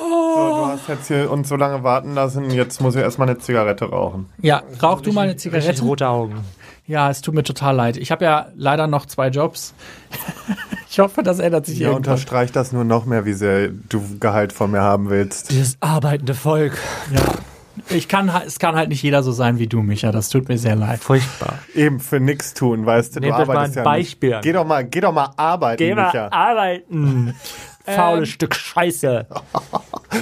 Oh. hast jetzt hier uns so lange warten lassen, jetzt muss ich erstmal eine Zigarette rauchen. Ja, rauch du mal eine Zigarette. Richtig rote Augen. Ja, es tut mir total leid. Ich habe ja leider noch zwei Jobs. ich hoffe, das ändert sich Ja, irgendwann. unterstreicht das nur noch mehr, wie sehr du Gehalt von mir haben willst. Dieses arbeitende Volk. Ja. Ich kann, ha- es kann halt nicht jeder so sein wie du, Micha. Das tut mir sehr leid. Furchtbar. Eben für nichts tun, weißt du, Nehmt du doch mal arbeitest ein ja nicht. Beispiel. Geh doch mal, geh doch mal arbeiten, Geh mal Micha. arbeiten. Ähm. Faules Stück Scheiße.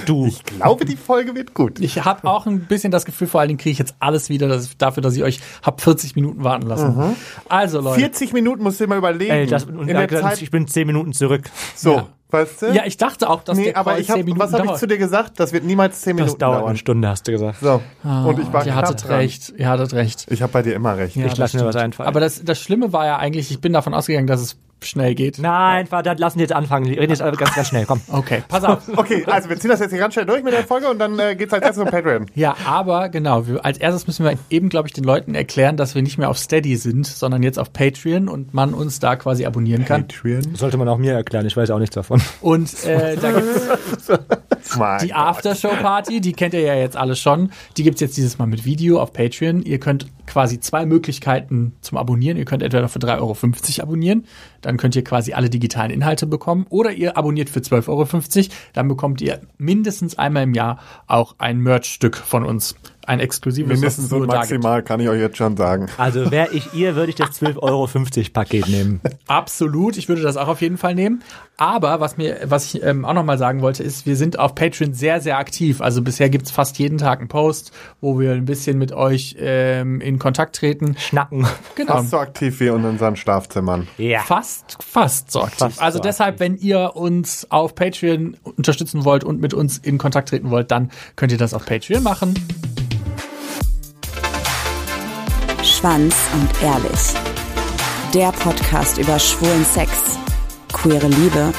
Du. Ich glaube, die Folge wird gut. Ich habe auch ein bisschen das Gefühl, vor allen Dingen kriege ich jetzt alles wieder dass, dafür, dass ich euch hab 40 Minuten warten lassen. Mhm. Also Leute, 40 Minuten musst du immer überlegen. Ey, das, und In der Zeit, ich bin zehn Minuten zurück. so, weißt du? ja, ich dachte auch, dass nee, der aber Call ich hab, 10 Minuten was habe ich dauert. zu dir gesagt? Das wird niemals 10 Das Minuten dauert dauern. eine Stunde, hast du gesagt. So. und ich war Ah, Ihr knapp hattet dran. recht, ihr hattet recht. Ich habe bei dir immer recht. Ja, ich das lasse mir stimmt. was einfallen. Aber das, das Schlimme war ja eigentlich, ich bin davon ausgegangen, dass es schnell geht. Nein, verdammt, lassen wir jetzt anfangen. Wir reden jetzt ganz, ganz schnell. Komm. Okay, pass auf. Okay, also wir ziehen das jetzt hier ganz schnell durch mit der Folge und dann äh, geht's als erstes um Patreon. Ja, aber genau, wir, als erstes müssen wir eben, glaube ich, den Leuten erklären, dass wir nicht mehr auf Steady sind, sondern jetzt auf Patreon und man uns da quasi abonnieren kann. Patreon? Sollte man auch mir erklären, ich weiß auch nichts davon. Und äh, da gibt's die Aftershow-Party, die kennt ihr ja jetzt alle schon. Die gibt's jetzt dieses Mal mit Video auf Patreon. Ihr könnt quasi zwei Möglichkeiten zum Abonnieren. Ihr könnt entweder für 3,50 Euro abonnieren, dann könnt ihr quasi alle digitalen Inhalte bekommen. Oder ihr abonniert für 12,50 Euro, dann bekommt ihr mindestens einmal im Jahr auch ein Merch-Stück von uns. Ein exklusives, was Mindestens es und nur da gibt. maximal kann ich euch jetzt schon sagen. Also wäre ich ihr, würde ich das 12,50 Euro Paket nehmen. Absolut, ich würde das auch auf jeden Fall nehmen. Aber was mir, was ich ähm, auch nochmal sagen wollte, ist, wir sind auf Patreon sehr, sehr aktiv. Also bisher gibt's fast jeden Tag einen Post, wo wir ein bisschen mit euch ähm, in Kontakt treten. Schnacken. Genau. Fast so aktiv wie in unseren Schlafzimmern. Ja. Fast, fast so aktiv. Fast also so deshalb, wenn ihr uns auf Patreon unterstützen wollt und mit uns in Kontakt treten wollt, dann könnt ihr das auf Patreon machen. Schwanz und ehrlich. Der Podcast über schwulen Sex, queere Liebe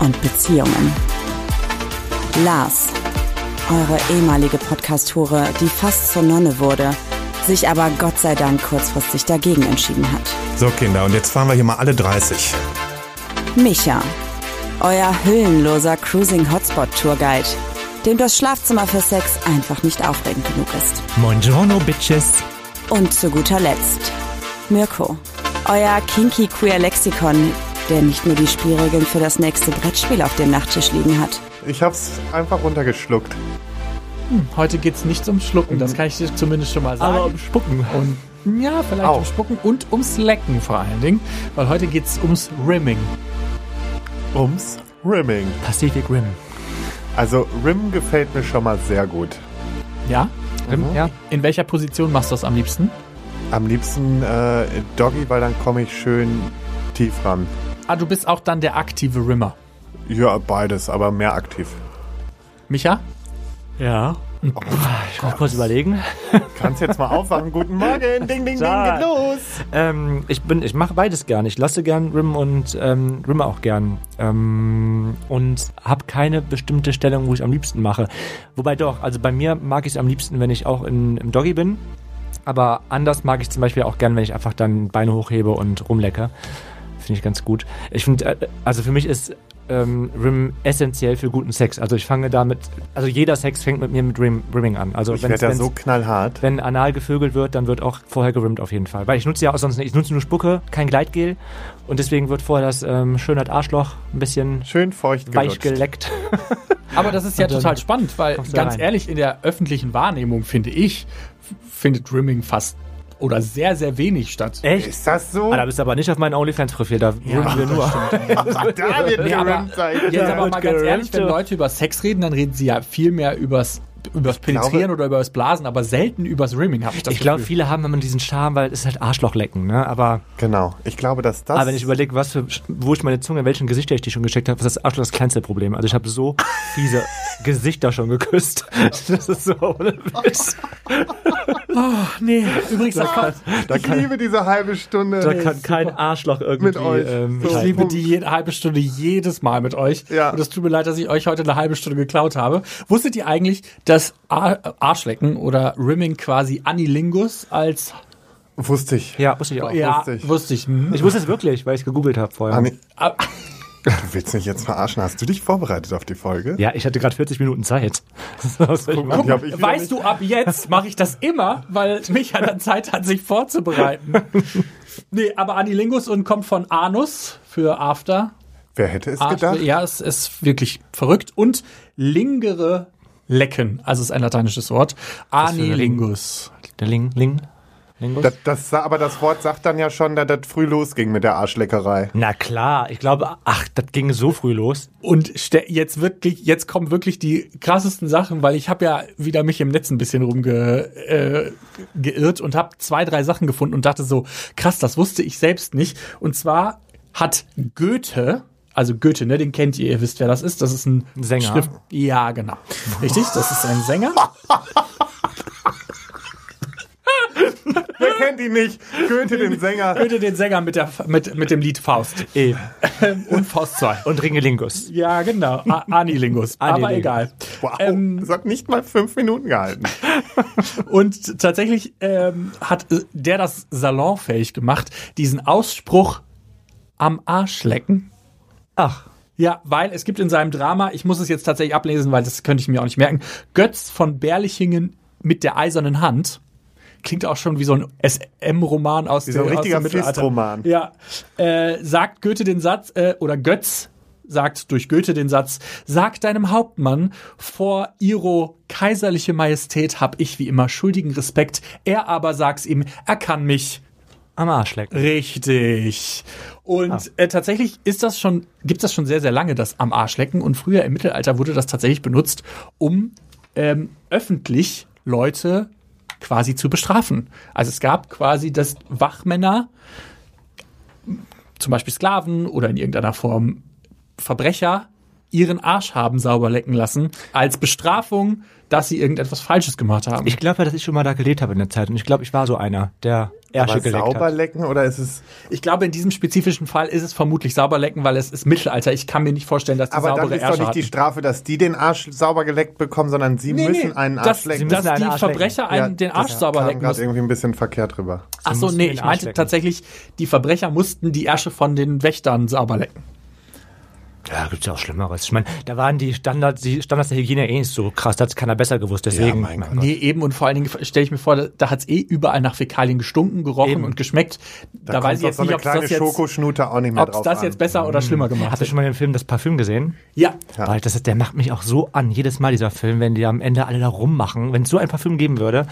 und Beziehungen. Lars, eure ehemalige Podcast-Hure, die fast zur Nonne wurde, sich aber Gott sei Dank kurzfristig dagegen entschieden hat. So, Kinder, und jetzt fahren wir hier mal alle 30. Micha, euer hüllenloser Cruising Hotspot Tourguide, dem das Schlafzimmer für Sex einfach nicht aufregend genug ist. Buongiorno, Bitches. Und zu guter Letzt, Mirko, euer kinky queer Lexikon, der nicht nur die Spielregeln für das nächste Brettspiel auf dem Nachttisch liegen hat. Ich hab's einfach runtergeschluckt. Heute geht's nicht ums Schlucken, das kann ich dir zumindest schon mal sagen. Aber um Spucken. und ja, vielleicht Auch. ums Spucken und ums Lecken vor allen Dingen, weil heute geht's ums Rimming. Ums Rimming. Pacific Rim. Also Rim gefällt mir schon mal sehr gut. Ja? Rim, ja. In welcher Position machst du das am liebsten? Am liebsten äh, Doggy, weil dann komme ich schön tief ran. Ah, du bist auch dann der aktive Rimmer. Ja, beides, aber mehr aktiv. Micha? Ja. Ich muss kurz überlegen. Kannst jetzt mal aufwachen. Guten Morgen. Ding, ding, ding, Sag. geht los. Ähm, ich bin, ich mache beides gern. Ich lasse gern Rim und ähm, Rim auch gern. Ähm, und habe keine bestimmte Stellung, wo ich am liebsten mache. Wobei doch, also bei mir mag ich es am liebsten, wenn ich auch in, im Doggy bin. Aber anders mag ich zum Beispiel auch gern, wenn ich einfach dann Beine hochhebe und rumlecke. Finde ich ganz gut. Ich finde, äh, also für mich ist ähm, Rim essentiell für guten Sex. Also ich fange damit, also jeder Sex fängt mit mir mit Rim, Rimming an. Also Ich werde ja so knallhart. wenn anal gevögelt wird, dann wird auch vorher gerimmt auf jeden Fall. Weil ich nutze ja auch sonst nicht, ich nutze nur Spucke, kein Gleitgel und deswegen wird vorher das ähm, Schönheit Arschloch ein bisschen Schön feucht weich gelutscht. geleckt. Aber das ist ja Und Ah, dann total spannend, weil kommst du ganz rein. ehrlich, in der öffentlichen Wahrnehmung finde ich, f- findet Rimming fast oder sehr, sehr wenig statt. Echt? Ist das so? Ah, da bist du aber nicht auf meinem OnlyFans-Profil, da rimmen wir nur. Da wird Nee, aber gerimmt sein. Jetzt aber wird mal ganz ehrlich, wenn gerimmt. Leute über Sex reden, dann reden sie ja viel mehr übers, übers Penetrieren oder übers Blasen, aber selten übers Rimming, habe ich das Ich glaube, Gefühl. viele haben immer diesen Charme, weil es ist halt Arschlochlecken, ne? Aber, Genau. Ich glaube, dass das. aber wenn ich überlege, was für, wo ich meine Zunge in welchen Gesichter ich die schon gesteckt habe, ist das Arschloch das kleinste Problem. Also ich habe so fiese Gesichter schon geküsst. Das ist so ohne Witz. Ach nee, übrigens, das kommt, ich liebe diese halbe Stunde. Da kann kein Arschloch irgendwie Mit euch. Ähm, So. Ich mithalten. liebe die jede halbe Stunde jedes Mal mit euch. Ja. Und es tut mir leid, dass ich euch heute eine halbe Stunde geklaut habe. Wusstet ihr eigentlich, dass Ar Arschlecken oder Rimming quasi Anilingus als Wusste ich. Ja, wusste ich auch. ja, wusste ich. wusste ich. hm? Ich wusste es wirklich, weil ich es gegoogelt habe vorher. Anni- Ab- Du willst mich jetzt verarschen. Hast du dich vorbereitet auf die Folge? Ja, ich hatte gerade 40 Minuten Zeit. Guck, weißt du, ab jetzt mache ich das immer, weil Micha dann Zeit hat, sich vorzubereiten. Nee, aber Anilingus und kommt von Anus für After. Wer hätte es After- gedacht? Ja, es ist wirklich verrückt. Und lingere lecken. Also ist ein lateinisches Wort. Anilingus. Der Ling, Ling, Lingus. Das, das, sa- aber das Wort sagt dann ja schon, dass das früh losging mit der Arschleckerei. Na klar, ich glaube, ach, das ging so früh los. Und ste- jetzt wirklich, jetzt kommen wirklich die krassesten Sachen, weil ich habe ja wieder mich im Netz ein bisschen rumgeirrt äh, geirrt und habe zwei, drei Sachen gefunden und dachte so, krass, das wusste ich selbst nicht. Und zwar hat Goethe, also Goethe, ne, den kennt ihr, ihr wisst, wer das ist. Das ist ein Sänger. ja, genau. Richtig, das ist ein Sänger. Wer kennt ihn nicht? Goethe, den Sänger. Goethe, den Sänger mit, der, mit, mit dem Lied Faust. Eben. Und Faust 2. E. Und Ringelingus. Ja, genau. A- Anilingus. Aber Anilingus. egal. Wow, Ähm, das hat nicht mal fünf Minuten gehalten. Und tatsächlich ähm, hat äh, der das salonfähig gemacht, diesen Ausspruch am Arsch lecken. Ach, Ja, weil es gibt in seinem Drama, ich muss es jetzt tatsächlich ablesen, weil das könnte ich mir auch nicht merken, Götz von Berlichingen mit der eisernen Hand. Klingt auch schon wie so ein SM-Roman aus, so ein der- aus richtiger dem Mittelalter. Fistroman. Ja, äh, sagt Goethe den Satz, äh, oder Götz sagt durch Goethe den Satz, sag deinem Hauptmann, vor Iro kaiserliche Majestät hab ich wie immer schuldigen Respekt, er aber sag's ihm, er kann mich am Arsch lecken. Richtig. Und äh, tatsächlich ist das schon, gibt das schon sehr, sehr lange, das am Arsch lecken. Und früher im Mittelalter wurde das tatsächlich benutzt, um ähm, öffentlich Leute quasi zu bestrafen. Also es gab quasi, dass Wachmänner, zum Beispiel Sklaven oder in irgendeiner Form Verbrecher, ihren Arsch haben sauber lecken lassen, als Bestrafung, dass sie irgendetwas Falsches gemacht haben. Ich glaube, dass ich schon mal da gelebt habe in der Zeit. Und ich glaube, ich war so einer, der Ärsche Aber geleckt sauber hat. lecken oder ist es. Ich glaube, in diesem spezifischen Fall ist es vermutlich sauber lecken, weil es ist Mittelalter. Ich kann mir nicht vorstellen, dass die Aber dann saubere ist doch Ärsche nicht die hatten. Strafe, dass die den Arsch sauber geleckt bekommen, sondern sie müssen einen Arsch dass, lecken. dass Sie müssen einen die Arsch lecken. Verbrecher einen den Arsch sauber kam lecken gerade müssen. irgendwie ein bisschen verkehrt rüber. Ach so, mussten nee, den ich Arsch meinte lecken. tatsächlich, die Verbrecher mussten die Ärsche von den Wächtern sauber lecken. Ja, gibt's ja auch Schlimmeres. Ich meine, da waren die Standards, die Standards der Hygiene eh nicht so krass. Das hat keiner besser gewusst. Deswegen. mein Gott. Nee, eben und vor allen Dingen stelle ich mir vor, da- da hat's eh überall nach Fäkalien gestunken, gerochen Eben. und geschmeckt. Da, weiß Kommt ich jetzt doch nicht, so ob eine das kleine jetzt, Schokoschnute auch nicht mehr ob's drauf das an. jetzt besser Mhm. oder schlimmer gemacht Hast du hat. schon mal den Film Das Parfüm gesehen? Ja, Weil das, ist- der macht mich auch so an, jedes Mal dieser Film, wenn die am Ende alle da rummachen. Wenn es so ein Parfüm geben würde,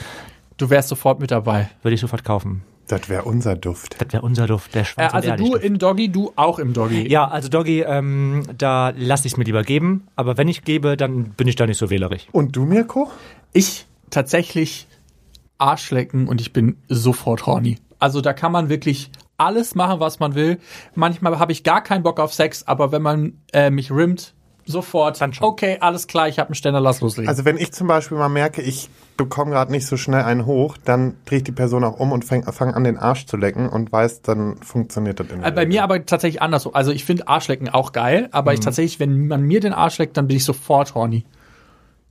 du wärst sofort mit dabei. würde ich sofort kaufen. Das wäre unser Duft. Das wäre unser Duft, der Äh, Schwanz und also ehrlich du Duft. im Doggy, du auch im Doggy. Ja, also Doggy, ähm, da lasse ich es mir lieber geben. Aber wenn ich gebe, dann bin ich da nicht so wählerig. Und du, Mirko? Ich tatsächlich Arschlecken und ich bin sofort horny. Also da kann man wirklich alles machen, was man will. Manchmal habe ich gar keinen Bock auf Sex, aber wenn man äh, mich rimmt, sofort. Dann schon. Okay, alles klar, ich habe einen Ständer, lass loslegen. Also wenn ich zum Beispiel mal merke, ich bekomme gerade nicht so schnell einen hoch, dann drehe ich die Person auch um und fange fang an, den Arsch zu lecken und weiß, dann funktioniert das in der Äh, Bei Regel. mir aber tatsächlich andersrum. Also ich finde Arschlecken auch geil, aber Mhm. ich tatsächlich, wenn man mir den Arsch leckt, dann bin ich sofort horny.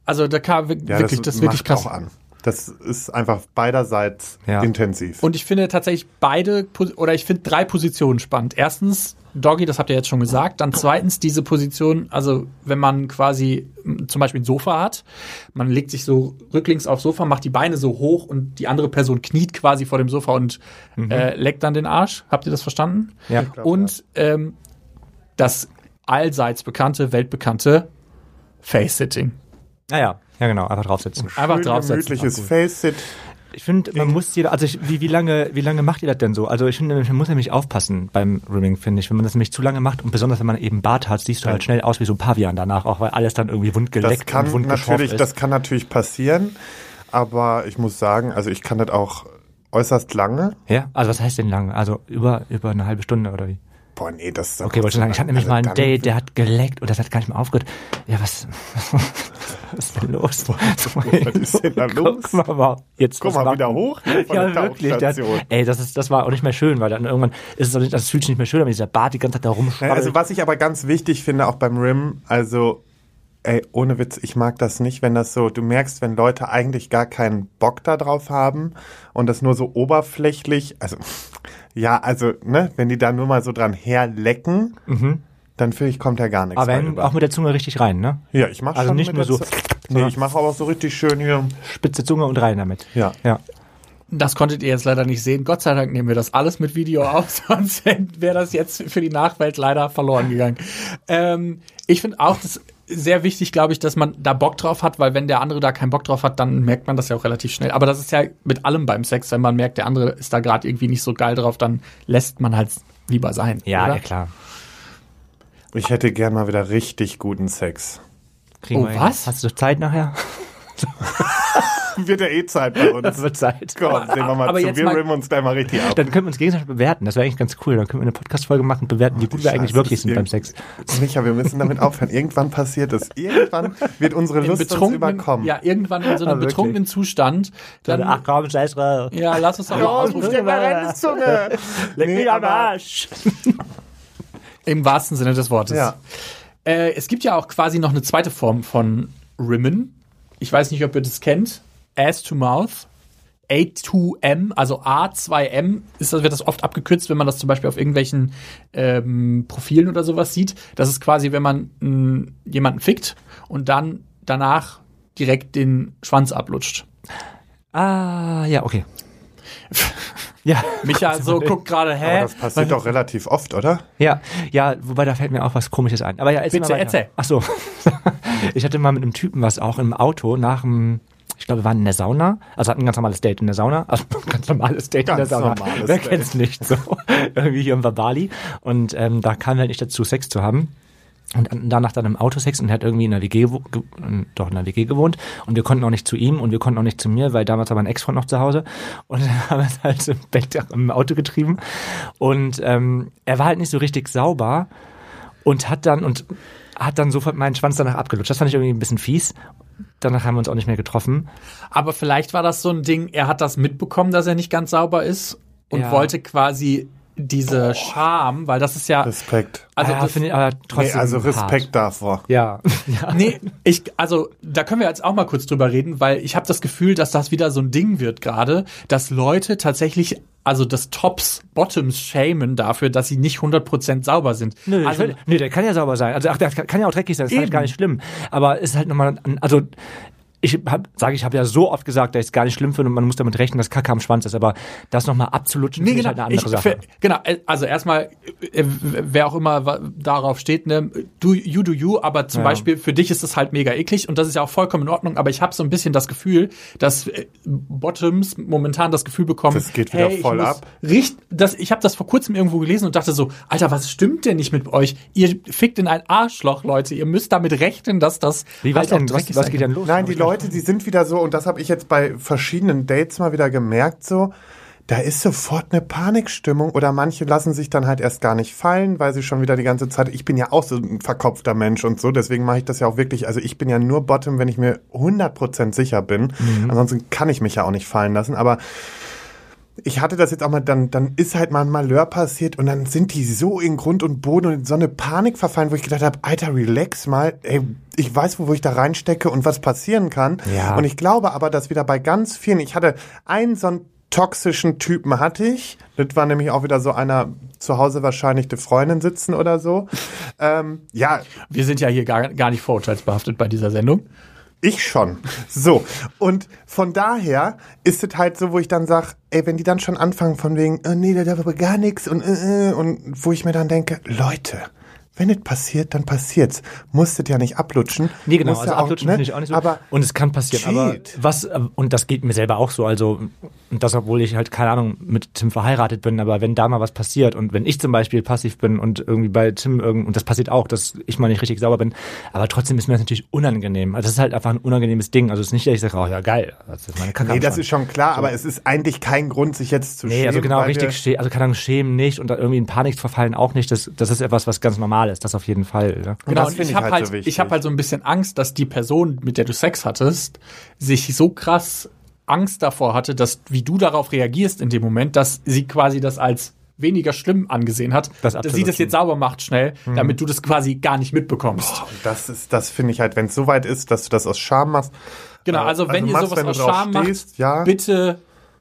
Also da kann wir- ja, wirklich, das, ist wirklich macht krass. auch an. Das ist einfach beiderseits Ja. intensiv. Und ich finde tatsächlich beide, Po- oder ich finde drei Positionen spannend. Erstens, Doggy, das habt ihr jetzt schon gesagt. Dann zweitens diese Position, also wenn man quasi m, zum Beispiel ein Sofa hat, man legt sich so rücklings aufs Sofa, macht die Beine so hoch und die andere Person kniet quasi vor dem Sofa und äh, leckt dann den Arsch. Habt ihr das verstanden? Ja. Und ähm, das allseits bekannte, weltbekannte Face-Sitting. Naja, ja genau, einfach draufsitzen. Einfach draufsetzen. gemütliches Face-Sit. Ich finde, man muss jeder, also ich, wie, wie lange, wie lange macht ihr das denn so? Also ich finde, man muss nämlich aufpassen beim Rimming, finde ich. Wenn man das nämlich zu lange macht und besonders wenn man eben Bart hat, siehst du halt schnell aus wie so ein Pavian danach, auch weil alles dann irgendwie wund geleckt Das kann, und wund geschorft natürlich, ist. das kann natürlich passieren, aber ich muss sagen, also ich kann das auch äußerst lange. ja, also was heißt denn lang? Also über, über eine halbe Stunde oder wie? Boah, nee, das ist Okay, wollte schon sagen, ich hatte nämlich Also mal ein dann- Date, der hat geleckt und das hat gar nicht mehr aufgehört. Ja, was, was ist denn los? Was ist denn da los? Guck mal, aber jetzt Guck das mal war- wieder hoch von ja, der wirklich. Das, Tauchstation. ey, das, ist, das war auch nicht mehr schön, weil dann irgendwann ist es auch nicht, das fühlt sich nicht mehr schön, an, wenn dieser Bart die ganze Zeit da Ja, rumschwabbelt. Also was ich aber ganz wichtig finde, auch beim Rim, also ey, ohne Witz, ich mag das nicht, wenn das so, du merkst, wenn Leute eigentlich gar keinen Bock da drauf haben und das nur so oberflächlich, also ja, also, ne, wenn die da nur mal so dran herlecken, dann finde ich, kommt ja gar nichts. Mhm. Aber bei wenn, über. auch mit der Zunge richtig rein, ne? ja, ich mache also schon nicht mit nur der so- Zu- Nee, ich mache aber auch so richtig schön hier. Spitze Zunge und rein damit. Ja. Ja. Das konntet ihr jetzt leider nicht sehen. Gott sei Dank nehmen wir das alles mit Video auf, sonst wäre das jetzt für die Nachwelt leider verloren gegangen. Ähm, ich finde auch das sehr wichtig, glaube ich, dass man da Bock drauf hat, weil wenn der andere da keinen Bock drauf hat, dann merkt man das ja auch relativ schnell. Aber das ist ja mit allem beim Sex, wenn man merkt, der andere ist da gerade irgendwie nicht so geil drauf, dann lässt man halt lieber sein. Ja, oder? ja klar. Ich hätte gern mal wieder richtig guten Sex. Kriegen Oh, wir hin. was? Hast du Zeit nachher? Wird ja eh Zeit bei uns. wird Zeit. Komm, sehen wir mal aber zu. jetzt Wir mal- rimmen uns gleich mal richtig ab. Dann könnten wir uns gegenseitig bewerten. Das wäre eigentlich ganz cool. Dann können wir eine Podcast-Folge machen und bewerten, wie gut wir Scheiße, eigentlich wirklich das sind beim ist Sex. Micha, wir müssen damit aufhören. Irgendwann passiert es. Irgendwann wird unsere In Lust uns betrunkenen, überkommen. ja, irgendwann in so Ah, einem wirklich? ah. betrunkenen Zustand, dann, Ach komm, scheiß drauf. ja, lass uns doch mal ausprobieren. Zunge. Leck Nee, mich am aber- Arsch. Im wahrsten Sinne des Wortes. Ja. Äh, es gibt ja auch quasi noch eine zweite Form von Rimmen. Ich weiß nicht, ob ihr das kennt. Ass to Mouth. A2M, also A2M, ist, das- wird das oft abgekürzt, wenn man das zum Beispiel auf irgendwelchen ähm, Profilen oder sowas sieht. Das ist quasi, wenn man mh, jemanden fickt und dann danach direkt den Schwanz ablutscht. Ah, ja, okay. ja. Micha so guckt gerade, Aber hä? das passiert doch relativ oft, oder? Ja, ja, wobei da fällt mir auch was Komisches ein. Aber ja, erzähl Bitte mal weiter. erzähl. Ach so. Ich hatte mal mit einem Typen was auch im Auto nach dem, ich glaube, wir waren in der Sauna. Also hatten ein ganz normales Date in der Sauna. Also ganz normales Date in der Ganz Sauna. normales Wer Date. kennt's nicht so? Irgendwie hier in Bali. Und ähm, da kam halt nicht dazu, Sex zu haben. Und an- danach dann im Autosex und er hat irgendwie in der WG, gewo- ge ähm, doch in der WG gewohnt und wir konnten auch nicht zu ihm und wir konnten auch nicht zu mir, weil damals war mein Ex-Freund noch zu Hause und dann haben wir es halt im Bett im Auto getrieben und ähm, er war halt nicht so richtig sauber und hat dann und hat dann sofort meinen Schwanz danach abgelutscht. Das fand ich irgendwie ein bisschen fies. Danach haben wir uns auch nicht mehr getroffen. Aber vielleicht war das so ein Ding, er hat das mitbekommen, dass er nicht ganz sauber ist und Ja. wollte quasi diese Scham, weil das ist ja. Respekt. also, ja, das, Ah, finde ich aber Nee, trotzdem also Respekt davor. Hart. Ja. ja. nee, ich, also da können wir jetzt auch mal kurz drüber reden, weil ich habe das Gefühl, dass das wieder so ein Ding wird gerade, dass Leute tatsächlich, also das Tops, Bottoms shamen dafür, dass sie nicht 100% sauber sind. Nö, ich also, will, nö, der kann ja sauber sein. Also ach, der kann ja auch dreckig sein, das ist halt Eben. gar nicht schlimm. Aber es ist halt nochmal, ein- also ich hab, sage, ich habe ja so oft gesagt, dass ich es gar nicht schlimm finde und man muss damit rechnen, dass Kacke am Schwanz ist. Aber das nochmal abzulutschen, Nee, finde genau. ich halt eine andere ich, Sache. ver- genau, äh, also erstmal, äh, wer auch immer wa- darauf steht, ne, do, you do you, aber zum Beispiel für dich ist es halt mega eklig und das ist ja auch vollkommen in Ordnung, aber ich habe so ein bisschen das Gefühl, dass äh, Bottoms momentan das Gefühl bekommen, Das geht wieder hey, voll ich muss ab. Richt, das, ich habe das vor kurzem irgendwo gelesen und dachte so, Alter, was stimmt denn nicht mit euch? Ihr fickt in ein Arschloch, Leute. Ihr müsst damit rechnen, dass das Wie was auch denn? Was, dreckig was sein geht kann. denn los? Nein, die Leute, die sind wieder so, und das habe ich jetzt bei verschiedenen Dates mal wieder gemerkt, so, da ist sofort eine Panikstimmung oder manche lassen sich dann halt erst gar nicht fallen, weil sie schon wieder die ganze Zeit, ich bin ja auch so ein verkopfter Mensch und so, deswegen mache ich das ja auch wirklich, also ich bin ja nur Bottom, wenn ich mir 100% sicher bin, Mhm. ansonsten kann ich mich ja auch nicht fallen lassen, aber ich hatte das jetzt auch mal, dann, dann ist halt mal ein Malheur passiert und dann sind die so in Grund und Boden und in so eine Panik verfallen, wo ich gedacht habe, Alter, relax mal, ey, ich weiß, wo, wo ich da reinstecke und was passieren kann. Ja. Und ich glaube aber, dass wieder bei ganz vielen, ich hatte einen so einen toxischen Typen hatte ich, das war nämlich auch wieder so einer zu Hause wahrscheinlich eine Freundin sitzen oder so. ähm, ja, Wir sind ja hier gar, gar nicht vorurteilsbehaftet bei dieser Sendung. ich schon. So. Und von daher ist es halt so, wo ich dann sag, ey, wenn die dann schon anfangen von wegen, äh, nee, da darf aber gar nichts und, äh, äh, und wo ich mir dann denke, Leute, wenn es passiert, dann passiert's. Musstet ja nicht ablutschen. Nee, genau, Musst also ja auch, ablutschen ne? finde ich auch nicht so. Aber und es kann passieren, Cheat. aber was, äh, und das geht mir selber auch so, also, und das, obwohl ich halt, keine Ahnung, mit Tim verheiratet bin, aber wenn da mal was passiert und wenn ich zum Beispiel passiv bin und irgendwie bei Tim irgend, und das passiert auch, dass ich mal nicht richtig sauber bin, aber trotzdem ist mir das natürlich unangenehm. Also, das ist halt einfach ein unangenehmes Ding. Also, es ist nicht, dass ich sage, oh ja, geil, das ist meine Kacke. nee, am das Schwanz. ist schon klar, aber es ist eigentlich kein Grund, sich jetzt zu schämen. Nee, also genau, weil richtig, wir- schä- also keine Ahnung, schämen nicht und da irgendwie in Panik verfallen auch nicht. Das, das ist etwas, was ganz normal ist, das auf jeden Fall. Ja. Und Genau, das und finde ich ich habe halt halt, so wichtig. ich hab halt so ein bisschen Angst, dass die Person, mit der du Sex hattest, sich so krass Angst davor hatte, dass wie du darauf reagierst in dem Moment, dass sie quasi das als weniger schlimm angesehen hat, dass Das sie das abzulutschen. jetzt sauber macht schnell, Mhm. damit du das quasi gar nicht mitbekommst. Das ist, das finde ich halt, wenn es so weit ist, dass du das aus Scham machst. Genau, also, Also wenn ihr machst, sowas wenn du aus drauf Scham macht, stehst, ja. bitte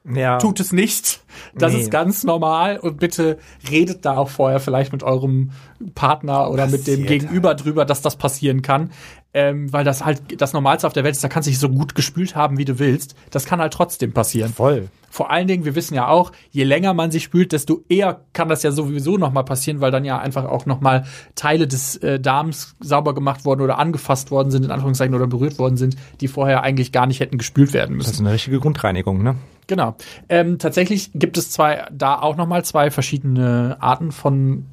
Ja. Tut es nicht. Das Nee. ist ganz normal. Und bitte redet da auch vorher vielleicht mit eurem Partner oder mit dem Passiert Gegenüber halt. drüber, dass das passieren kann. Ähm, weil das halt das Normalste auf der Welt ist. Da kannst du dich so gut gespült haben, wie du willst. Das kann halt trotzdem passieren. Voll. Vor allen Dingen, wir wissen ja auch, je länger man sich spült, desto eher kann das ja sowieso nochmal passieren, weil dann ja einfach auch nochmal Teile des äh, Darms sauber gemacht worden oder angefasst worden sind, in Anführungszeichen, oder berührt worden sind, die vorher eigentlich gar nicht hätten gespült werden müssen. Das ist eine richtige Grundreinigung, ne? Genau. Ähm, tatsächlich gibt es zwei, da auch nochmal zwei verschiedene Arten von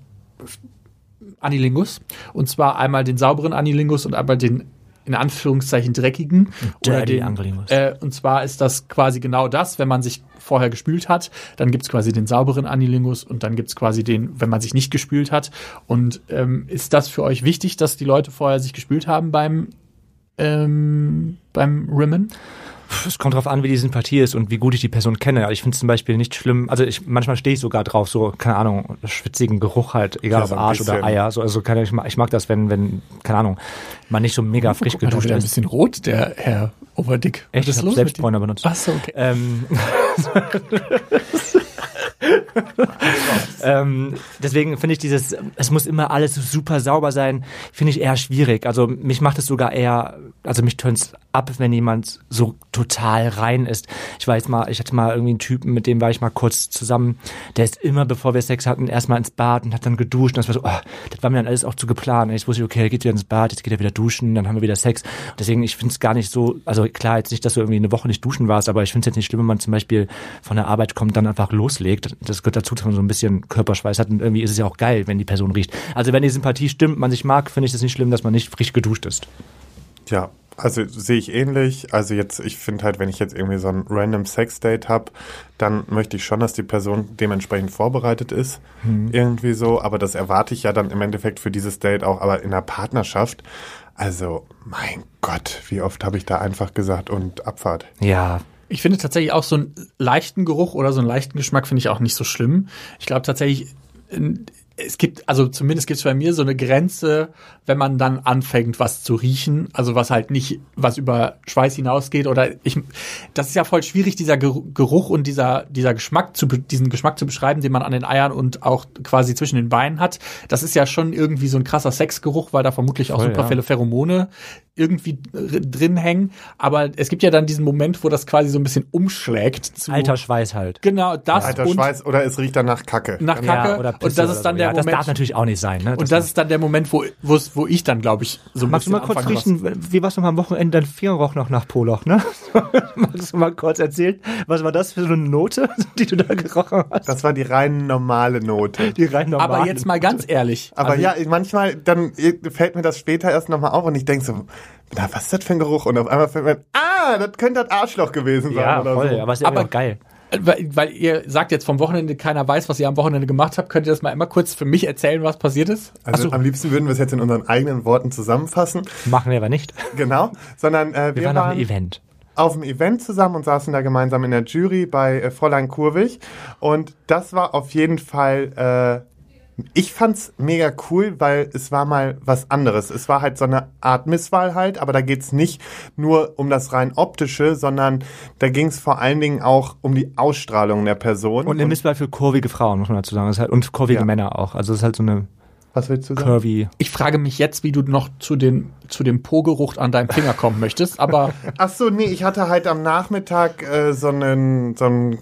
Anilingus. Und zwar einmal den sauberen Anilingus und einmal den in Anführungszeichen dreckigen oder Dirty den, Anilingus. äh, und zwar ist das quasi genau das, wenn man sich vorher gespült hat, dann gibt es quasi den sauberen Anilingus und dann gibt es quasi den, wenn man sich nicht gespült hat. Und ähm, ist das für euch wichtig, dass die Leute vorher sich gespült haben beim ähm, beim Rimmen? Es kommt drauf an, wie die Sympathie ist und wie gut ich die Person kenne. Ich finde zum Beispiel nicht schlimm, also ich, manchmal stehe ich sogar drauf, so, keine Ahnung, schwitzigen Geruch halt, egal Ja, ob so ein Arsch oder bisschen. Eier. So, also keine, ich, mag, ich mag das, wenn, wenn, keine Ahnung, man nicht so mega frisch Guck mal, da geduscht wird ein ist. bisschen rot, der Herr Overdick. Echt, ich Was ist hab los mit Selbstbräuner dir? benutzt. Achso, okay. Ähm, ähm, deswegen finde ich dieses, es muss immer alles super sauber sein, finde ich eher schwierig. Also mich macht es sogar eher, also mich turns ab, wenn jemand so total rein ist. Ich war jetzt mal, ich hatte mal irgendwie einen Typen, mit dem war ich mal kurz zusammen, der ist immer, bevor wir Sex hatten, erstmal ins Bad und hat dann geduscht. Und das war so, oh, das war mir dann alles auch zu geplant. Und ich wusste, okay, er geht wieder ins Bad, jetzt geht er wieder duschen, dann haben wir wieder Sex. Deswegen, ich finde es gar nicht so, also klar, jetzt nicht, dass du irgendwie eine Woche nicht duschen warst, aber ich finde es jetzt nicht schlimm, wenn man zum Beispiel von der Arbeit kommt, dann einfach loslegt. Das gehört dazu, dass man so ein bisschen Körperschweiß hat und irgendwie ist es ja auch geil, wenn die Person riecht. Also wenn die Sympathie stimmt, man sich mag, finde ich es nicht schlimm, dass man nicht frisch geduscht ist. Ja, also sehe ich ähnlich. Also jetzt, ich finde halt, wenn ich jetzt irgendwie so ein random Sex-Date habe, dann möchte ich schon, dass die Person dementsprechend vorbereitet ist. Mhm. Irgendwie so. Aber das erwarte ich ja dann im Endeffekt für dieses Date auch. Aber in der Partnerschaft, also mein Gott, wie oft habe ich da einfach gesagt und Abfahrt. Ja, Ich finde tatsächlich auch so einen leichten Geruch oder so einen leichten Geschmack finde ich auch nicht so schlimm. Ich glaube tatsächlich, äh, es gibt, also zumindest gibt es bei mir so eine Grenze, wenn man dann anfängt, was zu riechen, also was halt nicht, was über Schweiß hinausgeht oder ich, das ist ja voll schwierig, dieser Geru- Geruch und dieser, dieser Geschmack zu, be- diesen Geschmack zu beschreiben, den man an den Eiern und auch quasi zwischen den Beinen hat. Das ist ja schon irgendwie so ein krasser Sexgeruch, weil da vermutlich auch Voll, super ja. viele Pheromone irgendwie dr- drin hängen. Aber es gibt ja dann diesen Moment, wo das quasi so ein bisschen umschlägt. Zu alter Schweiß halt. Genau, das Alter und Schweiß oder es riecht danach Kacke. nach Kacke. Ja, oder Pisse und das oder ist dann so. der ja, Das darf Moment. natürlich auch nicht sein. Ne? und das ist dann der Moment, wo, wo's- wo ich dann, glaube ich, so ein Magst bisschen du mal kurz anfangen, was- riechen, wie warst du mal am Wochenende? Dein Finger roch noch nach Poloch, ne? Magst du mal kurz erzählen, was war das für so eine Note, die du da gerochen hast? Das war die rein normale Note. Die rein normalen. Aber jetzt mal ganz ehrlich. Aber Also ja, manchmal dann äh, fällt mir das später erst nochmal auf und ich denke so, na, was ist das für ein Geruch? Und auf einmal fällt mir, ah, das könnte das Arschloch gewesen sein Ja, oder voll, so. aber es ist aber Aber- geil. äh, Weil, weil ihr sagt jetzt vom Wochenende, keiner weiß, was ihr am Wochenende gemacht habt. Könnt ihr das mal immer kurz für mich erzählen, was passiert ist? Also am liebsten würden wir es jetzt in unseren eigenen Worten zusammenfassen, Machen wir aber nicht. genau, sondern äh, Wir wir, waren auf waren einem Event. auf dem Event zusammen und saßen da gemeinsam in der Jury bei äh, Fräulein Kurwig und das war auf jeden Fall, äh, ich fand's mega cool, weil es war mal was anderes. Es war halt so eine Art Misswahl halt, aber da geht's nicht nur um das rein optische, sondern da ging's vor allen Dingen auch um die Ausstrahlung der Person. Und eine Misswahl für kurvige Frauen, muss man dazu sagen. Das ist halt, und kurvige Ja. Männer auch. Also es ist halt so eine was willst du sagen? curvy... Ich frage mich jetzt, wie du noch zu, den, zu dem Po-Geruch an deinem Finger kommen möchtest. Aber Ach so, nee, ich hatte halt am Nachmittag äh, so einen so einen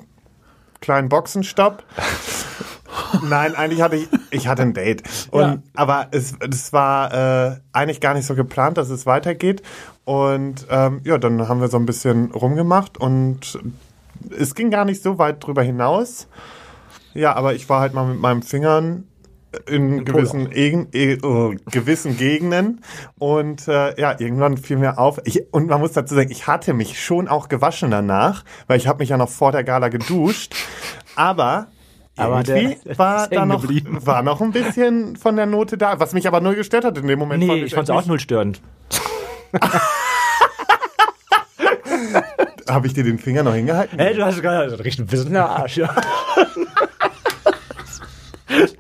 kleinen Boxenstopp. Nein, eigentlich hatte ich ich hatte ein Date und Ja. aber es, es war äh, eigentlich gar nicht so geplant, dass es weitergeht und ähm, ja, dann haben wir so ein bisschen rumgemacht und es ging gar nicht so weit drüber hinaus. Ja, aber ich war halt mal mit meinen Fingern in gewissen, Egen, e, oh, gewissen Gegenden. Und äh, ja, irgendwann fiel mir auf. Ich, und man muss dazu sagen, ich hatte mich schon auch gewaschen danach, weil ich habe mich ja noch vor der Gala geduscht. Aber. Aber der- Irgendwie war ist da hängen noch, geblieben. war noch ein bisschen von der Note da, was mich aber nur gestört hat in dem Moment. Nee, fand ich fand's auch null störend. Habe ich dir den Finger Äh, noch hingehalten? Ey, du hast sogar... Das riecht ein bisschen nach Arsch, ja.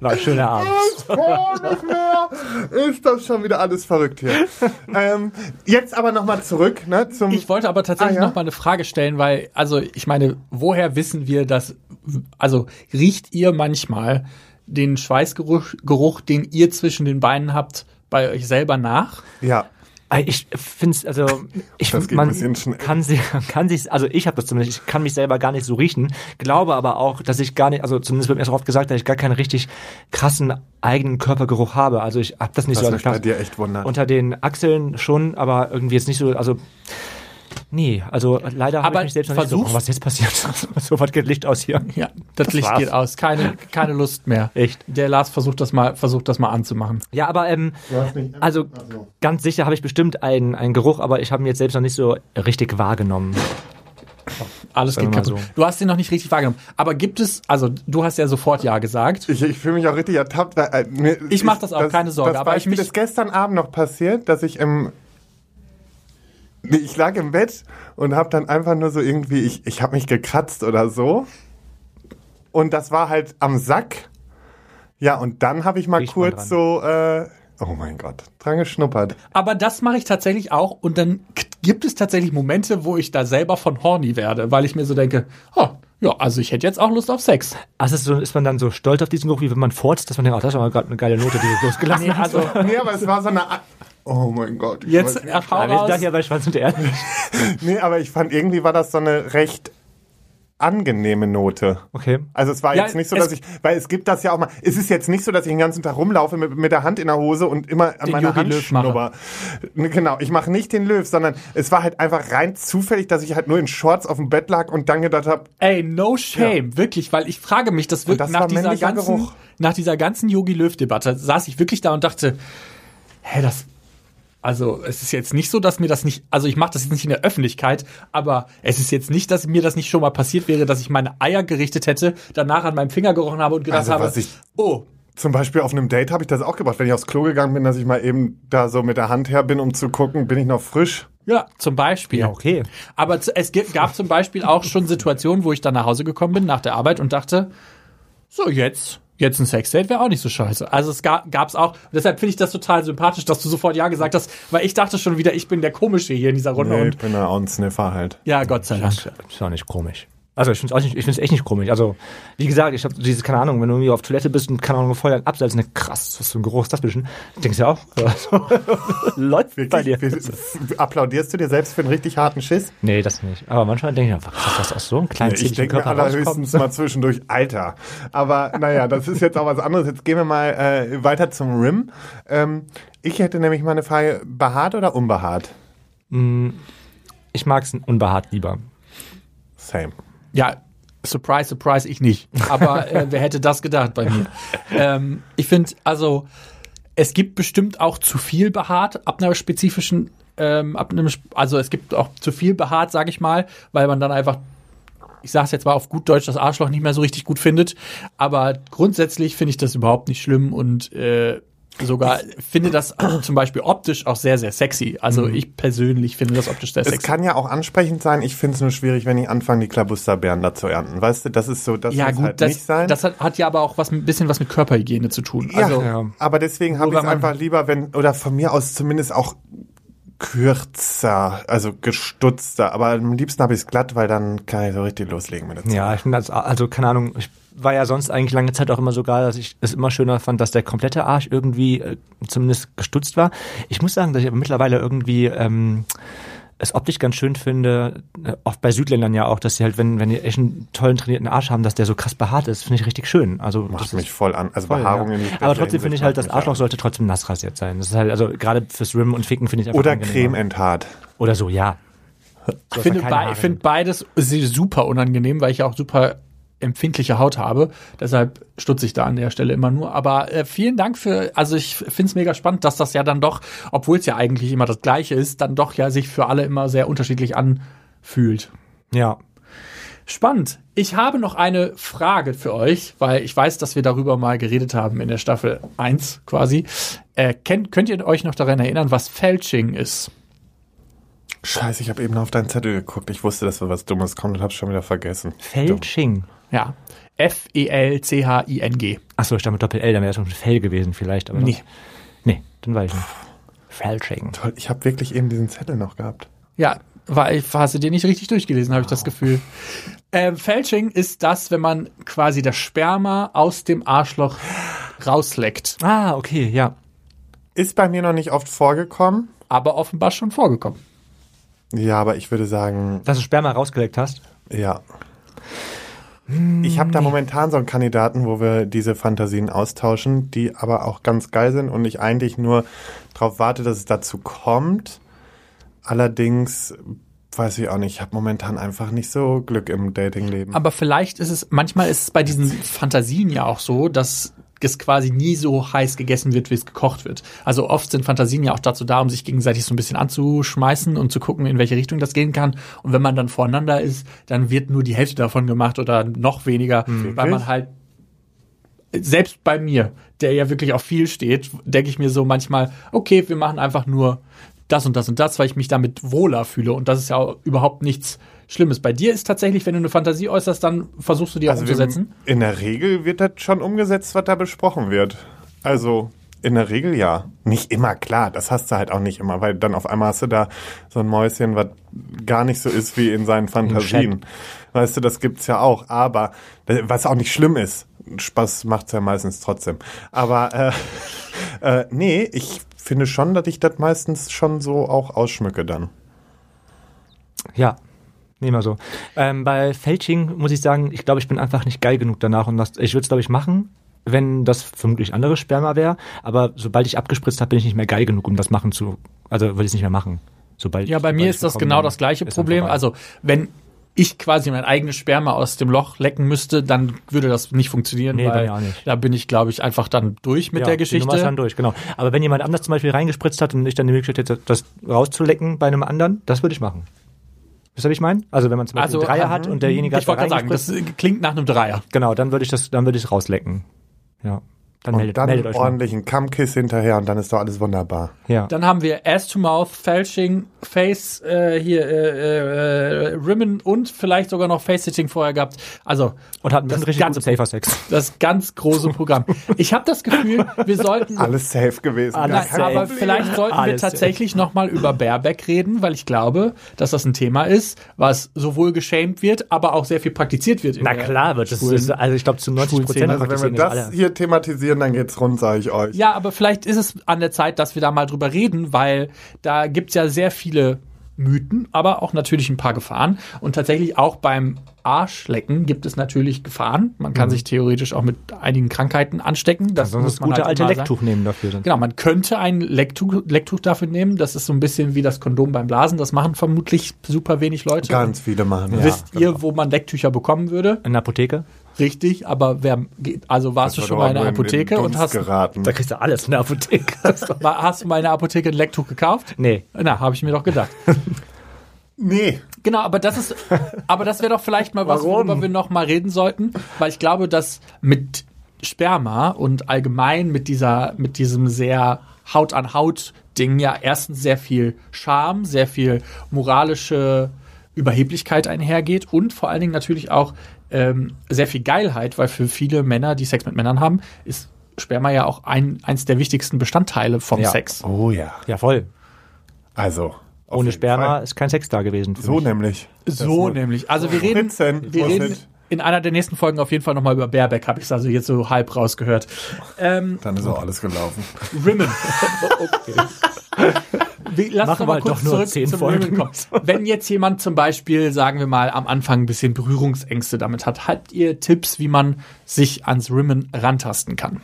War ein schöner Abend. Nicht mehr. Ist das schon wieder alles verrückt hier. ähm, jetzt aber nochmal zurück ne, zum. Ich wollte aber tatsächlich Ah, ja? noch mal eine Frage stellen, weil, also ich meine, woher wissen wir dass Also riecht ihr manchmal den Schweißgeruch, Geruch, den ihr zwischen den Beinen habt, bei euch selber nach? ja. Äh, Ich finde es, also ich Das geht ein man bisschen schnell. kann sich, kann sich, also ich habe das zumindest, ich kann mich selber gar nicht so riechen, glaube aber auch, dass ich gar nicht, also zumindest wird mir so oft gesagt, dass ich gar keinen richtig krassen eigenen Körpergeruch habe. Also ich habe das nicht Das so. mich klar, bei dir echt wundern. Unter den Achseln schon, aber irgendwie jetzt nicht so, also nee, also leider habe Aber ich mich selbst noch nicht so, versuch's- oh, was jetzt passiert. so was geht Licht aus hier. Ja, das, Licht war's. geht aus. Keine, keine Lust mehr. Echt. Der Lars versucht das mal, versucht das mal anzumachen. Ja, aber ähm, also ganz sicher habe ich bestimmt einen, einen Geruch, aber ich habe ihn jetzt selbst noch nicht so richtig wahrgenommen. Alles Sagen geht wir mal kaputt. so. Du hast den noch nicht richtig wahrgenommen. Aber gibt es, also du hast ja sofort Ja gesagt. Ich, ich fühle mich auch richtig ertappt. Weil, äh, mir, Ich mach das auch, keine Sorge, Das aber ich Beispiel mich- ist gestern Abend noch passiert, dass ich im. Nee, ich lag im Bett und habe dann einfach nur so irgendwie, ich, ich habe mich gekratzt oder so. Und das war halt am Sack. Ja, und dann habe ich mal Riecht man kurz so, äh, oh mein Gott, dran geschnuppert. Aber das mache ich tatsächlich auch und dann k- gibt es tatsächlich Momente, wo ich da selber von horny werde, weil ich mir so denke, oh, ja, also ich hätte jetzt auch Lust auf Sex. Also ist, so, ist man dann so stolz auf diesen Geruch, wie wenn man furzt, dass man denkt, ach, das war gerade eine geile Note, die du losgelassen Nee, hast. also Nee, aber es war so eine. A- Oh mein Gott. ich jetzt weiß- hau Aber wir sind da raus. hier bei Schwanz und Ehrlich. Nee, aber ich fand, irgendwie war das so eine recht angenehme Note. Okay. Also es war Ja, jetzt nicht so, es- dass ich, weil es gibt das ja auch mal, es ist jetzt nicht so, dass ich den ganzen Tag rumlaufe mit, mit der Hand in der Hose und immer an Den meiner Yogi Hand Löw mache. schnubber. Ne, Genau, ich mache nicht den Löw, sondern es war halt einfach rein zufällig, dass ich halt nur in Shorts auf dem Bett lag und dann gedacht habe, Ey, no shame, wirklich, weil ich frage mich, das das wirklich nach war dieser, männlicher ganzen, Geruch. nach dieser ganzen Yogi Löw Debatte saß ich wirklich da und dachte, hä, das also, es ist jetzt nicht so, dass mir das nicht, also ich mache das jetzt nicht in der Öffentlichkeit, aber es ist jetzt nicht, dass mir das nicht schon mal passiert wäre, dass ich meine Eier gerichtet hätte, danach an meinem Finger gerochen habe und gedacht Also, habe, was ich- oh, zum Beispiel auf einem Date habe ich das auch gemacht, wenn ich aufs Klo gegangen bin, dass ich mal eben da so mit der Hand her bin, um zu gucken, bin ich noch frisch. ja, zum Beispiel. Ja, okay. Aber zu- es gibt, gab zum Beispiel auch schon Situationen, wo ich dann nach Hause gekommen bin nach der Arbeit und dachte, so jetzt, jetzt ein Sexdate wäre auch nicht so scheiße. Also es gab es auch, deshalb finde ich das total sympathisch, dass du sofort Ja gesagt hast, weil ich dachte schon wieder, ich bin der Komische hier in dieser Runde Nee, ich und bin ja auch ein Sniffer halt. ja, Gott sei Dank. Das ist auch nicht komisch. Also ich finde es ich find's echt nicht komisch. Also wie gesagt, ich habe dieses, keine Ahnung, wenn du irgendwie auf Toilette bist und keine Ahnung, Feuer abseits, ne, krass, was für ein Geruch ist das bisschen? Denkst du ja auch, also, läuft bei dir. Wirklich? Applaudierst du dir selbst für einen richtig harten Schiss? Nee, das nicht. Aber manchmal denke ich, einfach, was ist das aus so einem kleinen ich zierlichen denke mir Körper rauskommt? allerhöchstens mal zwischendurch Alter. Aber naja, das ist jetzt auch was anderes. Jetzt gehen wir mal äh, weiter zum Rim. Ähm, ich hätte nämlich mal eine Frage, behaart oder unbehaart? Ich mag es unbehaart lieber. Same. Ja, surprise, surprise, ich nicht. Aber äh, wer hätte das gedacht bei mir? ähm, ich finde, also es gibt bestimmt auch zu viel behaart ab einer spezifischen, ähm, ab einem, sp- also es gibt auch zu viel behaart, sage ich mal, weil man dann einfach ich sag's jetzt mal auf gut Deutsch, das Arschloch nicht mehr so richtig gut findet. Aber grundsätzlich finde ich das überhaupt nicht schlimm und äh, sogar finde das zum Beispiel optisch auch sehr, sehr sexy. Also ich persönlich finde das optisch sehr Es sexy. kann ja auch ansprechend sein. Ich finde es nur schwierig, wenn ich anfange, die Klabusterbeeren da zu ernten. Weißt du, das ist so, das Ja, muss gut, halt das, nicht sein. das hat, hat ja aber auch was, ein bisschen was mit Körperhygiene zu tun. ja, Also, Ja. aber deswegen habe ich Wobei es man- einfach lieber, wenn, oder von mir aus zumindest auch kürzer, also gestutzter. Aber am liebsten habe ich es glatt, weil dann kann ich so richtig loslegen mit der Zunge. Ja, ich finde das, also keine Ahnung, ich war ja sonst eigentlich lange Zeit auch immer so geil, dass ich es immer schöner fand, dass der komplette Arsch irgendwie äh, zumindest gestutzt war. Ich muss sagen, dass ich aber mittlerweile irgendwie ähm, es optisch ganz schön finde, äh, oft bei Südländern ja auch, dass sie halt, wenn, wenn die echt einen tollen trainierten Arsch haben, dass der so krass behaart ist, finde ich richtig schön. Also Macht das mich ist voll an. Also toll, Behaarung ja. in jeglicher Aber trotzdem finde Hinsicht ich halt, macht das mich an. Arschloch sollte trotzdem nass rasiert sein. Das ist halt, also gerade fürs Rimmen und Ficken finde ich einfach Oder angenehmer. creme enthaart. Oder so, ja. ich finde, keine bei, Haare ich finde beides se- super unangenehm, weil ich ja auch super empfindliche Haut habe. Deshalb stutze ich da an der Stelle immer nur. Aber äh, vielen Dank für, also ich finde es mega spannend, dass das ja dann doch, obwohl es ja eigentlich immer das Gleiche ist, dann doch ja sich für alle immer sehr unterschiedlich anfühlt. Ja. Spannend. Ich habe noch eine Frage für euch, weil ich weiß, dass wir darüber mal geredet haben in der Staffel 1 quasi. Äh, kennt, könnt ihr euch noch daran erinnern, was Felching ist? Scheiße, ich habe eben auf deinen Zettel geguckt. Ich wusste, dass was Dummes kommt und hab's schon wieder vergessen. Felching. Ja. E F-E-L-C-H-I-N-G. Achso, ich dachte mit Doppel-L, dann wäre es schon Fell gewesen vielleicht. Aber Nee. Das, nee, dann weiß ich nicht. Felching. Toll, ich habe wirklich eben diesen Zettel noch gehabt. Ja, war, hast du dir nicht richtig durchgelesen, habe ich das Gefühl. Ähm, Fälsching ist das, wenn man quasi das Sperma aus dem Arschloch rausleckt. Ah, okay, ja. Ist bei mir noch nicht oft vorgekommen. Aber offenbar schon vorgekommen. Ja, aber ich würde sagen, Dass du Sperma rausgelegt hast. ja. Ich habe da momentan so einen Kandidaten, wo wir diese Fantasien austauschen, die aber auch ganz geil sind und ich eigentlich nur darauf warte, dass es dazu kommt. Allerdings weiß ich auch nicht, ich habe momentan einfach nicht so Glück im Datingleben. Aber vielleicht ist es, manchmal ist es bei diesen Fantasien ja auch so, dass es quasi nie so heiß gegessen wird, wie es gekocht wird. Also oft sind Fantasien ja auch dazu da, um sich gegenseitig so ein bisschen anzuschmeißen und zu gucken, in welche Richtung das gehen kann. Und wenn man dann voreinander ist, dann wird nur die Hälfte davon gemacht oder noch weniger, weil man halt selbst bei mir, der ja wirklich auf viel steht, denke ich mir so manchmal, okay, wir machen einfach nur das und das und das, weil ich mich damit wohler fühle. Und das ist ja auch überhaupt nichts Schlimmes. Bei dir ist tatsächlich, wenn du eine Fantasie äußerst, dann versuchst du die Also auch Also wir- umzusetzen. in der Regel wird das schon umgesetzt, was da besprochen wird. Also in der Regel ja. Nicht immer, klar. Das hast du halt auch nicht immer, weil dann auf einmal hast du da so ein Mäuschen, was gar nicht so ist wie in seinen Fantasien. Weißt du, das gibt's ja auch. Aber äh, was auch nicht schlimm ist, Spaß macht's ja meistens trotzdem. Aber äh, äh, nee, ich finde schon, dass ich das meistens schon so auch ausschmücke dann. Ja. Nehmen wir so. Ähm, bei Felching muss ich sagen, ich glaube, ich bin einfach nicht geil genug danach. Und das, ich würde es, glaube ich, machen, wenn das vermutlich anderes Sperma wäre. Aber sobald ich abgespritzt habe, bin ich nicht mehr geil genug, um das machen zu. Also würde ich es nicht mehr machen. Sobald Ja, bei sobald mir ich ist das gekommen genau bin, das gleiche ist dann Problem. vorbei. Also, wenn ich quasi mein eigenes Sperma aus dem Loch lecken müsste, dann würde das nicht funktionieren, Nee, bei weil mir auch nicht. da bin ich, glaube ich, einfach dann durch mit Ja, der Die Nummer ist dann Geschichte. durch, genau. Aber wenn jemand anders zum Beispiel reingespritzt hat und ich dann die Möglichkeit hätte, das rauszulecken bei einem anderen, das würde ich machen. Wisst ihr, was ich meine? Also wenn man zum Beispiel Also, einen Dreier aha. hat und derjenige hat Ich wollte gerade sagen, reingespritzt- das klingt nach einem Dreier. genau, dann würde ich das, dann würde ich es rauslecken. Ja, dann Und meldet, dann meldet euch mal. ordentlich einen Kammkiss hinterher und dann ist doch alles wunderbar. Ja. Dann haben wir Ass to Mouth, Felching, Face, äh, hier, äh, äh, Rimmen und vielleicht sogar noch Face-Sitting vorher gehabt. Also, und hat ein bisschen das richtig ganze- guten Safer Sex. das ganz große Programm. Ich habe das Gefühl, wir sollten. Alles safe gewesen. gar kein Alles safe. aber Problem. vielleicht sollten Alles wir tatsächlich nochmal über Baerbeck reden, weil ich glaube, dass das ein Thema ist, was sowohl geschämt wird, aber auch sehr viel praktiziert wird. in der- wird das Schwulen- ist, also ich glaube zu 90 Schwulenszene. Prozent Also wenn wir das hier thematisieren, dann geht's rund, sage ich euch. Ja, aber vielleicht ist es an der Zeit, dass wir da mal drüber reden, weil da gibt's ja sehr viele Mythen, aber auch natürlich ein paar Gefahren. Und tatsächlich auch beim Arschlecken gibt es natürlich Gefahren. Man kann sich theoretisch auch mit einigen Krankheiten anstecken. Das Sonst muss Mhm. das man gute halt alte immer sagen. Lecktuch nehmen dafür. Dann. Genau, man könnte ein Lecktuch, Lecktuch dafür nehmen. Das ist so ein bisschen wie das Kondom beim Blasen. Das machen vermutlich super wenig Leute. Ganz viele machen ja. Wisst genau. ihr, wo man Lecktücher bekommen würde? In der Apotheke? Richtig, aber wer geht, also warst du schon mal in der Apotheke und hast, geraten. Da kriegst du alles in der Apotheke. war, hast du mal in der Apotheke ein Lecktuch gekauft? nee. Na, habe ich mir doch gedacht. Nee, Genau, aber das ist, aber das wäre doch vielleicht mal was, Warum? worüber wir noch mal reden sollten, weil ich glaube, dass mit Sperma und allgemein mit dieser, mit diesem sehr Haut an Haut Ding ja erstens sehr viel Scham, sehr viel moralische Überheblichkeit einhergeht und vor allen Dingen natürlich auch ähm, sehr viel Geilheit, weil für viele Männer, die Sex mit Männern haben, ist Sperma ja auch ein, eins der wichtigsten Bestandteile vom Ja. Sex. oh ja. Ja, voll. Also auf Ohne jeden Sperma Fall. ist kein Sex da gewesen. für So mich. nämlich. So nämlich. Also wir reden, Prinzen, wir muss reden nicht. in einer der nächsten Folgen auf jeden Fall nochmal über Baerbeck, habe ich es also jetzt so halb rausgehört. Ähm, Dann ist auch alles gelaufen. Rimmen. Wir- Lass uns Machen noch mal wir halt kurz doch nur zurück zehn zum Folgen. Rimmen kommen. Wenn jetzt jemand zum Beispiel, sagen wir mal, am Anfang ein bisschen Berührungsängste damit hat, habt ihr Tipps, wie man sich ans Rimmen rantasten kann?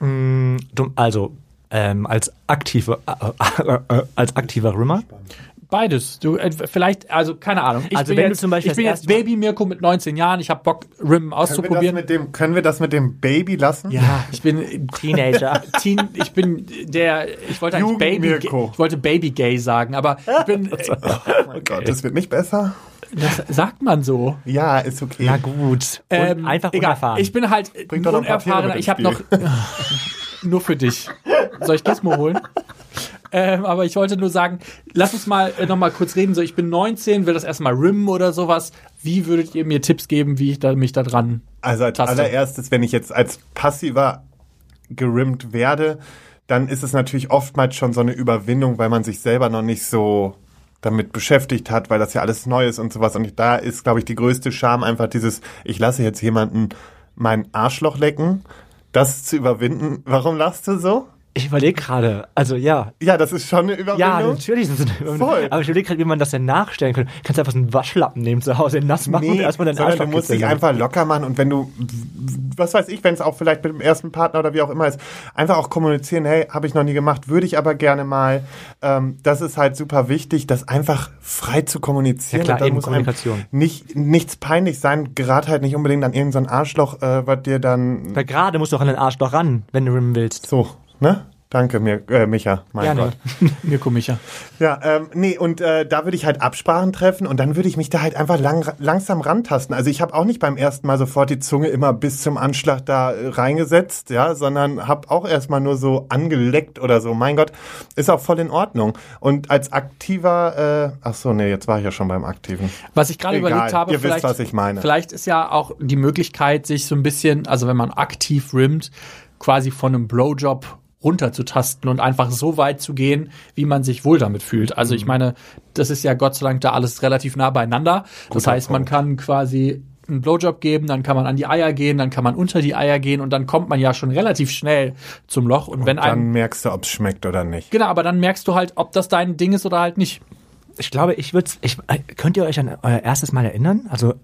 Dumm- Also ähm, als aktiver äh, äh, als aktiver Rimmer. Beides. Du, äh, vielleicht, also keine Ahnung. Ich Also bin wenn du jetzt, zum Beispiel ich bin das jetzt Baby Mirko mit 19 Jahren, ich habe Bock, Können wir, Rimmen das auszuprobieren. mit dem, können wir das mit dem Baby lassen? Ja, ich bin Teenager. Teen, ich bin der, ich wollte eigentlich Jugend- Baby, Mirko. ich wollte Baby Gay sagen, aber ich bin, äh, Oh mein Gott, das wird nicht besser. das sagt man so. Ja, ist okay. Na gut. Und Ähm, einfach egal. unerfahren. Ich bin halt äh, Bring doch noch ein paar Tiere unerfahrener. mit Ich ins habe noch nur für dich. Soll ich Gizmo holen? Ähm, aber ich wollte nur sagen, lass uns mal äh, noch mal kurz reden. So, ich bin 19, will das erstmal rimmen oder sowas. Wie würdet ihr mir Tipps geben, wie ich da, mich da dran Also als Taste. allererstes, wenn ich jetzt als Passiver gerimmt werde, dann ist es natürlich oftmals schon so eine Überwindung, weil man sich selber noch nicht so damit beschäftigt hat, weil das ja alles neu ist und sowas. Und da ist, glaube ich, die größte Scham einfach dieses, ich lasse jetzt jemanden mein Arschloch lecken, das zu überwinden. Warum lachst du so? Ich überlege gerade. Also ja. Ja, das ist schon eine Überwindung. Ja, natürlich sind sie eine Überwindung. Voll. Aber ich überlege gerade, wie man das denn nachstellen könnte. Kannst du einfach so einen Waschlappen nehmen zu Hause, ihn nass machen und erstmal deinen sondern Arsch du musst dich einfach locker machen und wenn du, was weiß ich, wenn es auch vielleicht mit dem ersten Partner oder wie auch immer ist, einfach auch kommunizieren, hey, habe ich noch nie gemacht, würde ich aber gerne mal. Ähm, das ist halt super wichtig, das einfach frei zu kommunizieren. Ja, klar, Und dann eben, muss einem Kommunikation. Nicht, nichts peinlich sein, gerade halt nicht unbedingt an irgendein Arschloch, äh, was dir dann Weil gerade musst du auch an den Arsch noch ran, wenn du rimmen willst. so, ne? Danke, mir, äh, Micha, mein Gerne. Gott. Mirko Micha. Ja, ähm, nee, und äh, da würde ich halt Absprachen treffen und dann würde ich mich da halt einfach lang, langsam rantasten. Also ich habe auch nicht beim ersten Mal sofort die Zunge immer bis zum Anschlag da äh, reingesetzt, ja, sondern habe auch erstmal nur so angeleckt oder so. Mein Gott, ist auch voll in Ordnung. Und als aktiver, äh, ach so, nee, jetzt war ich ja schon beim Aktiven. Was ich gerade Egal, überlegt habe, ihr wisst, vielleicht, was ich meine. vielleicht ist ja auch die Möglichkeit, sich so ein bisschen, also wenn man aktiv rimmt, quasi von einem Blowjob runterzutasten und einfach so weit zu gehen, wie man sich wohl damit fühlt. Also Mhm. ich meine, das ist ja Gott sei Dank da alles relativ nah beieinander. Das heißt, man kann quasi einen Blowjob geben, dann kann man an die Eier gehen, dann kann man unter die Eier gehen und dann kommt man ja schon relativ schnell zum Loch. Und, wenn Dann einem merkst du, ob's schmeckt oder nicht. genau, aber dann merkst du halt, ob das dein Ding ist oder halt nicht. Ich glaube, ich würde ich, äh, Könnt ihr euch an euer erstes Mal erinnern? Also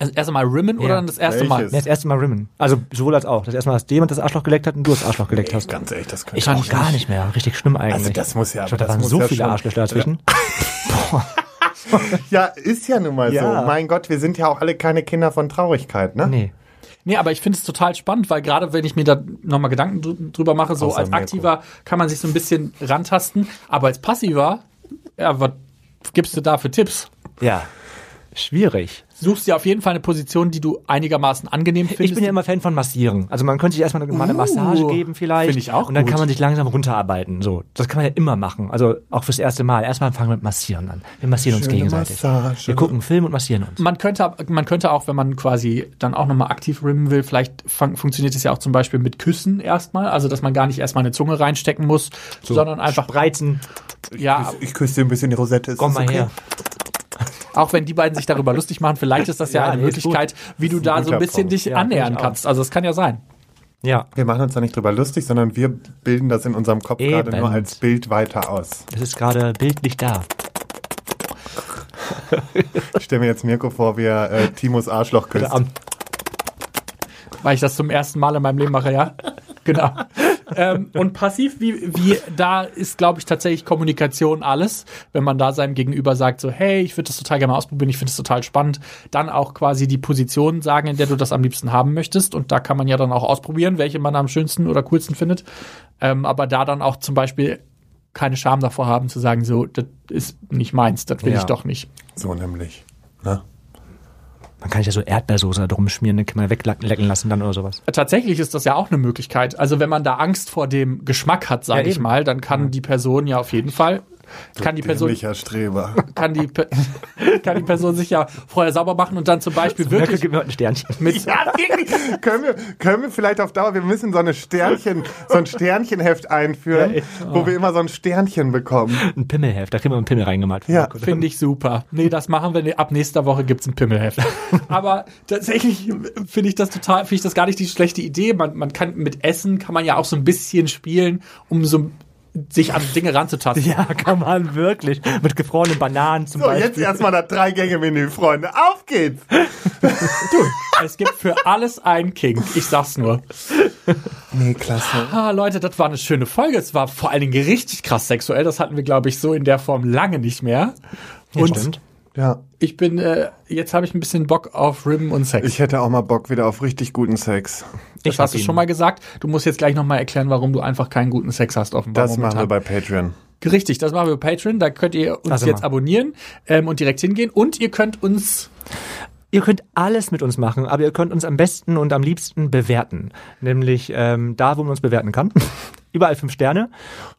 Also erst einmal rimmen oder dann das erste Mal. Welches? nee, das erste Mal rimmen. Also sowohl als auch. Das erste Mal, dass jemand das Arschloch geleckt hat und du das Arschloch geleckt hast. Ganz ehrlich, das könnte Ich auch ich gar nicht mehr. Richtig schlimm eigentlich. Also das muss ja- Ich glaub, da das waren muss so ja viele schon- Arschlöcher dazwischen. Ja, ist ja nun mal Ja. so. Mein Gott, wir sind ja auch alle keine Kinder von Traurigkeit, ne? Nee. Nee, aber ich finde es total spannend, weil gerade wenn ich mir da nochmal Gedanken drü- drüber mache, so Außer als Mirko. aktiver kann man sich so ein bisschen rantasten, aber als passiver, ja, was gibst du da für Tipps? Ja. Schwierig. Suchst dir auf jeden Fall eine Position, die du einigermaßen angenehm findest. ich bin ja immer Fan von Massieren. Also man könnte sich erstmal eine, mal eine Uh, Massage geben vielleicht. find ich auch Und dann gut. kann man sich langsam runterarbeiten. So, das kann man ja immer machen. Also auch fürs erste Mal. Erstmal fangen wir mit Massieren an. Wir massieren uns Schöne gegenseitig. Massage. Wir gucken einen Film und massieren uns. man könnte, man könnte auch, wenn man quasi dann auch nochmal aktiv rimmen will, vielleicht fun funktioniert es ja auch zum Beispiel mit Küssen erstmal, also dass man gar nicht erstmal eine Zunge reinstecken muss, sondern einfach, Spreizen. ja, Ich küsse dir ein bisschen die Rosette. Ist Komm das mal okay? her. Auch wenn die beiden sich darüber lustig machen, vielleicht ist das ja, Ja, eine nee, ist Möglichkeit, wie du da guter so ein bisschen Punkt. dich Ja, annähern finde ich kannst. Also das kann ja sein. Ja, Wir machen uns da nicht drüber lustig, sondern wir bilden das in unserem Kopf gerade Eben. nur als Bild weiter aus. das ist gerade bildlich da. Ich stelle mir jetzt Mirko vor, wie er äh, Timos Arschloch küsst. Am- Weil ich das zum ersten Mal in meinem Leben mache, ja. Genau. ähm, und passiv, wie, wie da ist, glaube ich, tatsächlich Kommunikation alles. Wenn man da seinem Gegenüber sagt, so, hey, ich würde das total gerne mal ausprobieren, ich finde es total spannend, dann auch quasi die Position sagen, in der du das am liebsten haben möchtest. Und da kann man ja dann auch ausprobieren, welche man am schönsten oder coolsten findet. Ähm, aber da dann auch zum Beispiel keine Scham davor haben zu sagen, so, das ist nicht meins, das will Ja. ich doch nicht. So nämlich. Ne? Man kann sich ja so Erdbeersoße drum schmieren, dann kann man weglecken lassen dann oder sowas. tatsächlich ist das ja auch eine Möglichkeit. Also wenn man da Angst vor dem Geschmack hat, sage Ja, ich eben. mal, dann kann die Person ja auf jeden Fall kann die Person Dämlicher Streber. kann die Pe- kann die Person sich ja vorher sauber machen und dann zum Beispiel Merkel, wirklich gib mir heute ein Sternchen. mit Ja, wirklich. können, wir, können wir vielleicht auf Dauer, wir müssen so, eine Sternchen, so ein Sternchenheft einführen, wo wir immer so ein Sternchen bekommen. Ein Pimmelheft, da kriegen wir einen Pimmel reingemalt. Ja. Finde ich super. Nee, das machen wir. Nee, ab nächster Woche gibt's ein Pimmelheft. Aber tatsächlich finde ich das total, finde ich das gar nicht die schlechte Idee. Man, man kann mit Essen kann man ja auch so ein bisschen spielen, um so sich an Dinge ranzutasten. Ja, kann man wirklich. Mit gefrorenen Bananen zum So, Beispiel. jetzt erstmal das Drei-Gänge-Menü, Freunde. Auf geht's! Es gibt für alles einen King. Ich sag's nur. Nee, klasse. Ah, Leute, das war eine schöne Folge. Es war vor allen Dingen richtig krass sexuell. Das hatten wir, glaube ich, so in der Form lange nicht mehr. und stimmt. Ja, ich bin, äh, jetzt habe ich ein bisschen Bock auf Rim und Sex. ich hätte auch mal Bock wieder auf richtig guten Sex. das ich hast hab du ihn. schon mal gesagt. Du musst jetzt gleich nochmal erklären, warum du einfach keinen guten Sex hast offenbar. Das machen wir momentan. bei Patreon. Richtig, das machen wir bei Patreon. Da könnt ihr uns Also jetzt mal. abonnieren ähm, und direkt hingehen. Und ihr könnt uns Ihr könnt alles mit uns machen, aber ihr könnt uns am besten und am liebsten bewerten. Nämlich ähm, da, wo man uns bewerten kann. Überall fünf Sterne.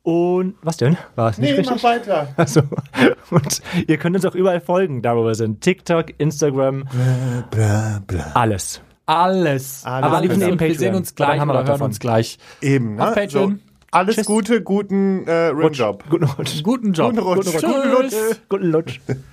Und was denn? War es nicht Nee, richtig? mach weiter. Also, und ihr könnt uns auch überall folgen, da wo wir sind. TikTok, Instagram, Bla, bla. alles. Alles. Alles Aber am liebsten genau. eben, wir Patreon. sehen uns Weil dann gleich haben wir oder was hören davon. uns gleich. Eben, ne? Auf Patreon. alles Gute, guten äh, Rimjob. Guten Rutsch. Guten Job. Guten Rutsch. Guten Rutsch. Guten Lutsch.